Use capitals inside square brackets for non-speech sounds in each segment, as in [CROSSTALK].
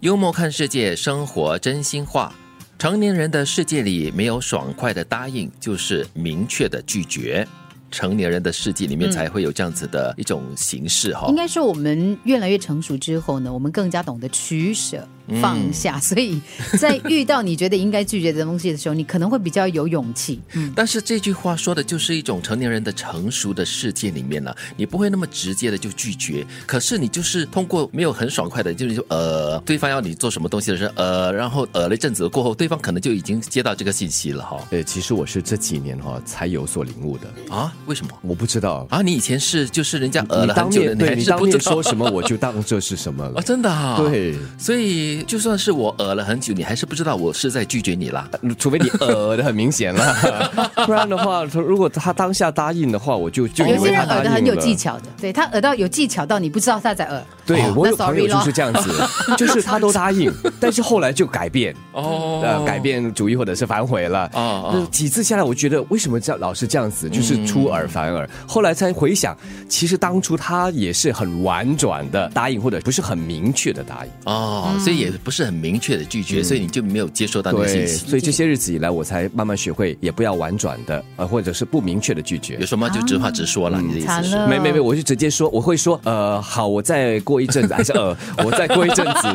幽默看世界，生活真心话。成年人的世界里，没有爽快的答应，就是明确的拒绝。成年人的世界里面嗯才会有这样子的一种形式哈、应该说我们越来越成熟之后呢，我们更加懂得取舍、放下，所以在遇到你觉得应该拒绝的东西的时候，你可能会比较有勇气。嗯，但是这句话说的就是一种成年人的成熟的世界里面呢、啊你不会那么直接的就拒绝，可是你就是通过没有很爽快的，就是说呃，对方要你做什么东西的时候，呃，然后呃了一阵子过后，对方可能就已经接到这个信息了哈、呃，其实我是这几年哈、才有所领悟的，啊？为什么我不知道。啊？你以前是就是人家呃你了很当久的，面你对还你是当不知面道说什么，我就当这是什么啊？了。真的、啊？。对，所以，就算是我呃了很久，你还是不知道我是在拒绝你啦。除非你呃的很明显了， [LAUGHS] 不然的话，如果他当下答应的话，我就就以有些为他人答耳应的了。很有技巧的，对他耳到有技巧到你不知道他在耳。对哦我那有朋 sorry 友就咯是这样子，就是他都 [LAUGHS] 答应，但是后来就改变。哦呃，改变主意或者是反悔了。哦哦那几次下来，我觉得为什么这样老是这样子，就是出尔反尔。后来才回想，其实当初他也是很婉转的答应，或者不是很明确的答应。哦，嗯所以也不是很明确的拒绝，所以你就没有接收到那个信对，息。所以这些日子以来，我才慢慢学会，也不要婉转的，呃，或者是不明确的拒绝有。什么就直话直说了，你的意思嗯惨是？了，没没没，我就直接说，我会说，呃，好，我再过一阵子，还是呃，我再过一阵子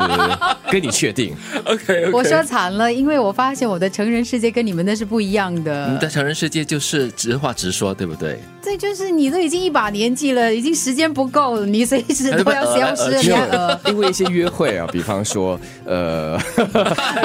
跟你确定。我说惨了，因为我发现我的成人世界跟你们的是不一样你的的。嗯成人世界就是直话直说，对不对？这就是你都已经一把年纪了，已经时间不够了，你随时都要消失了。没 [LAUGHS] 你有还呃，，因为一些约会啊，比方说，呃， [LAUGHS]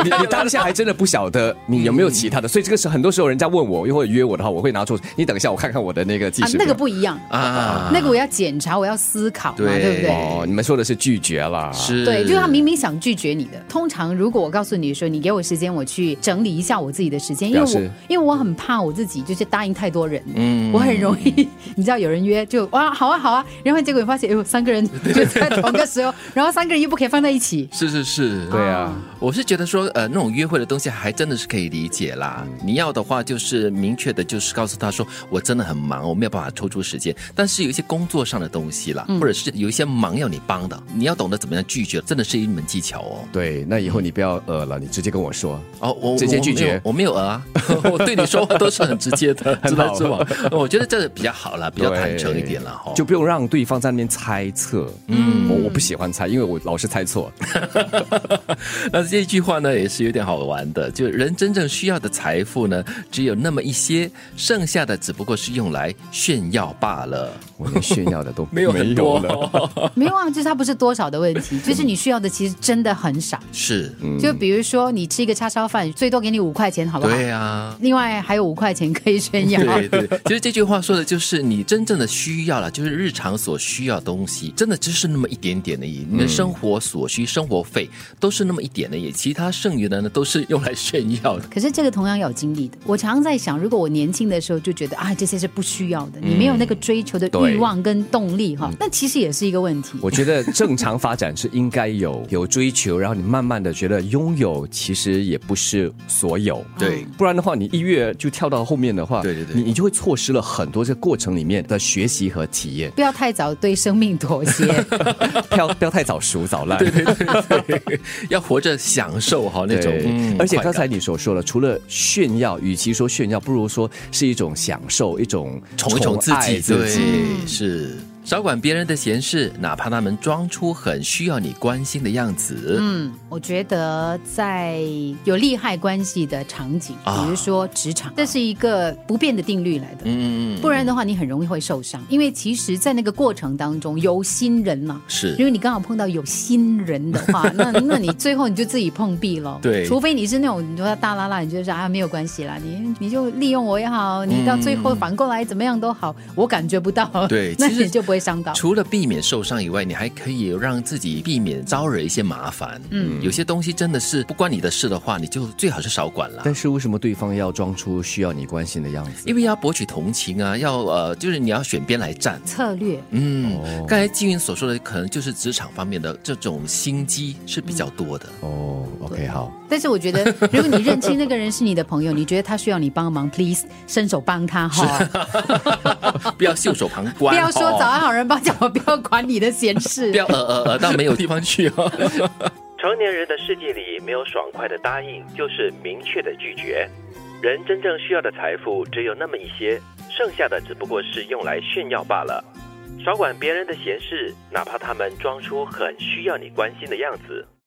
你你当下还真的不晓得你有没有其他的，所以这个时候很多时候人家问我又或者约我的话，我会拿出你等一下，我看看我的那个计啊时，表。那个不一样，啊，那个我要检查，我要思考嘛，对对不对？哦，你们说的是拒绝啦，是对，就是他明明想拒绝你的。通常如果我告诉你说，你给我时间，我去整理一下我自己的时间，因为表我示因为我很怕我自己就是答应太多人，嗯，我很容易，你知道有人约就哇好啊好啊，然后结果你发现哎呦三个人就在同个时候，然后三个人又不可以放在一起。是是是，对啊，我是觉得说，呃，那种约会的东西还真的是可以理解啦。你要的话，就是明确的，就是告诉他说，我真的很忙，我没有办法抽出时间。但是有一些工作上的东西啦，或者是有一些忙要你帮的，你要懂得怎么样拒绝，真的是一门技巧哦。对，那以后你不要呃了，你直接跟我说。哦，我直接拒绝我没有，我没有鹅啊， [LAUGHS] 我对你说话都 [LAUGHS] 是很直接的，很知道好知道。我觉得这比较好啦，比较对坦诚一点了哈。就不用让对方在那边猜测。嗯，我我不喜欢猜，因为我老是猜错。 [LAUGHS] 那这句话呢，也是有点好玩的。就人真正需要的财富呢，只有那么一些，剩下的只不过是用来炫耀罢了，我连炫耀的都没有很多。了。没有啊，就是它不是多少的问题，就是你需要的其实真的很少。 [LAUGHS] 是，嗯就比如说你吃一个叉烧饭，最多给你五块钱，好不好？对 [LAUGHS] 啊。另外还有五块钱可以炫耀。对对，其实这句话说的就是你真正的需要了，就是日常所需要的东西，真的只是那么一点点而已。你的生活所需、生活费都是那么一点而已，其他剩余的呢都是用来炫耀的。 [LAUGHS] 可是这个同样要有经历的。我常在想，如果我年轻的时候就觉得啊，这些是不需要嗯的，你没有那个追求的对欲望跟动力哈，那其实也是一个问题。，我觉得正常发展是应该有有追求，然后你慢慢的觉得拥有其实也不是所有，对不然的话你一跃就跳到后面的话，对对对你你就会错失了很多这过程里面的学习和体验不要太早对生命妥 [LAUGHS] 协，不要不要太早熟早烂。对对要活着享受哈那种。嗯而且快感刚才你所说了，除了炫耀，与其说炫耀，不如说是一种享受，一种宠一宠自爱己，对，是少管别人的闲事，哪怕他们装出很需要你关心的样子。嗯，我觉得在有利害关系的场景，啊比如说职场，这是一个不变的定律来的。嗯，不然的话，你很容易会受伤，因为其实，在那个过程当中，有心人嘛、如是果你刚好碰到有新人的 [LAUGHS] 话，那那你最后你就自己碰壁了。对除非你是那种你说大拉拉，你就是啊没有关系啦，你你就利用我也好，嗯你到最后反过来怎么样都好，我感觉不到， [LAUGHS] 对那其实你就不会伤到。除了避免受伤以外，你还可以让自己避免招惹一些麻烦。嗯，有些东西真的是不关你的事的话，你就最好是少管了。但是为什么对方要装出需要你关心的样子？因为要博取同情啊，要呃，就是你要选边来站。策略，嗯，刚才季云所说的，可能就是职场方面的这种心机是比较多的。哦，OK，好，但是我觉得，如果你认清那个人是你的朋友，你觉得他需要你帮忙，please 伸手帮他哈，不要袖手旁观， [LAUGHS] 不要说哦 [LAUGHS] 早安好人帮，叫我不要管你的闲事不。要呃呃呃到没有地方去哦。成年人的世界里，没有爽快的答应，就是明确的拒绝。人真正需要的财富只有那么一些，剩下的只不过是用来炫耀罢了。少管别人的闲事，哪怕他们装出很需要你关心的样子。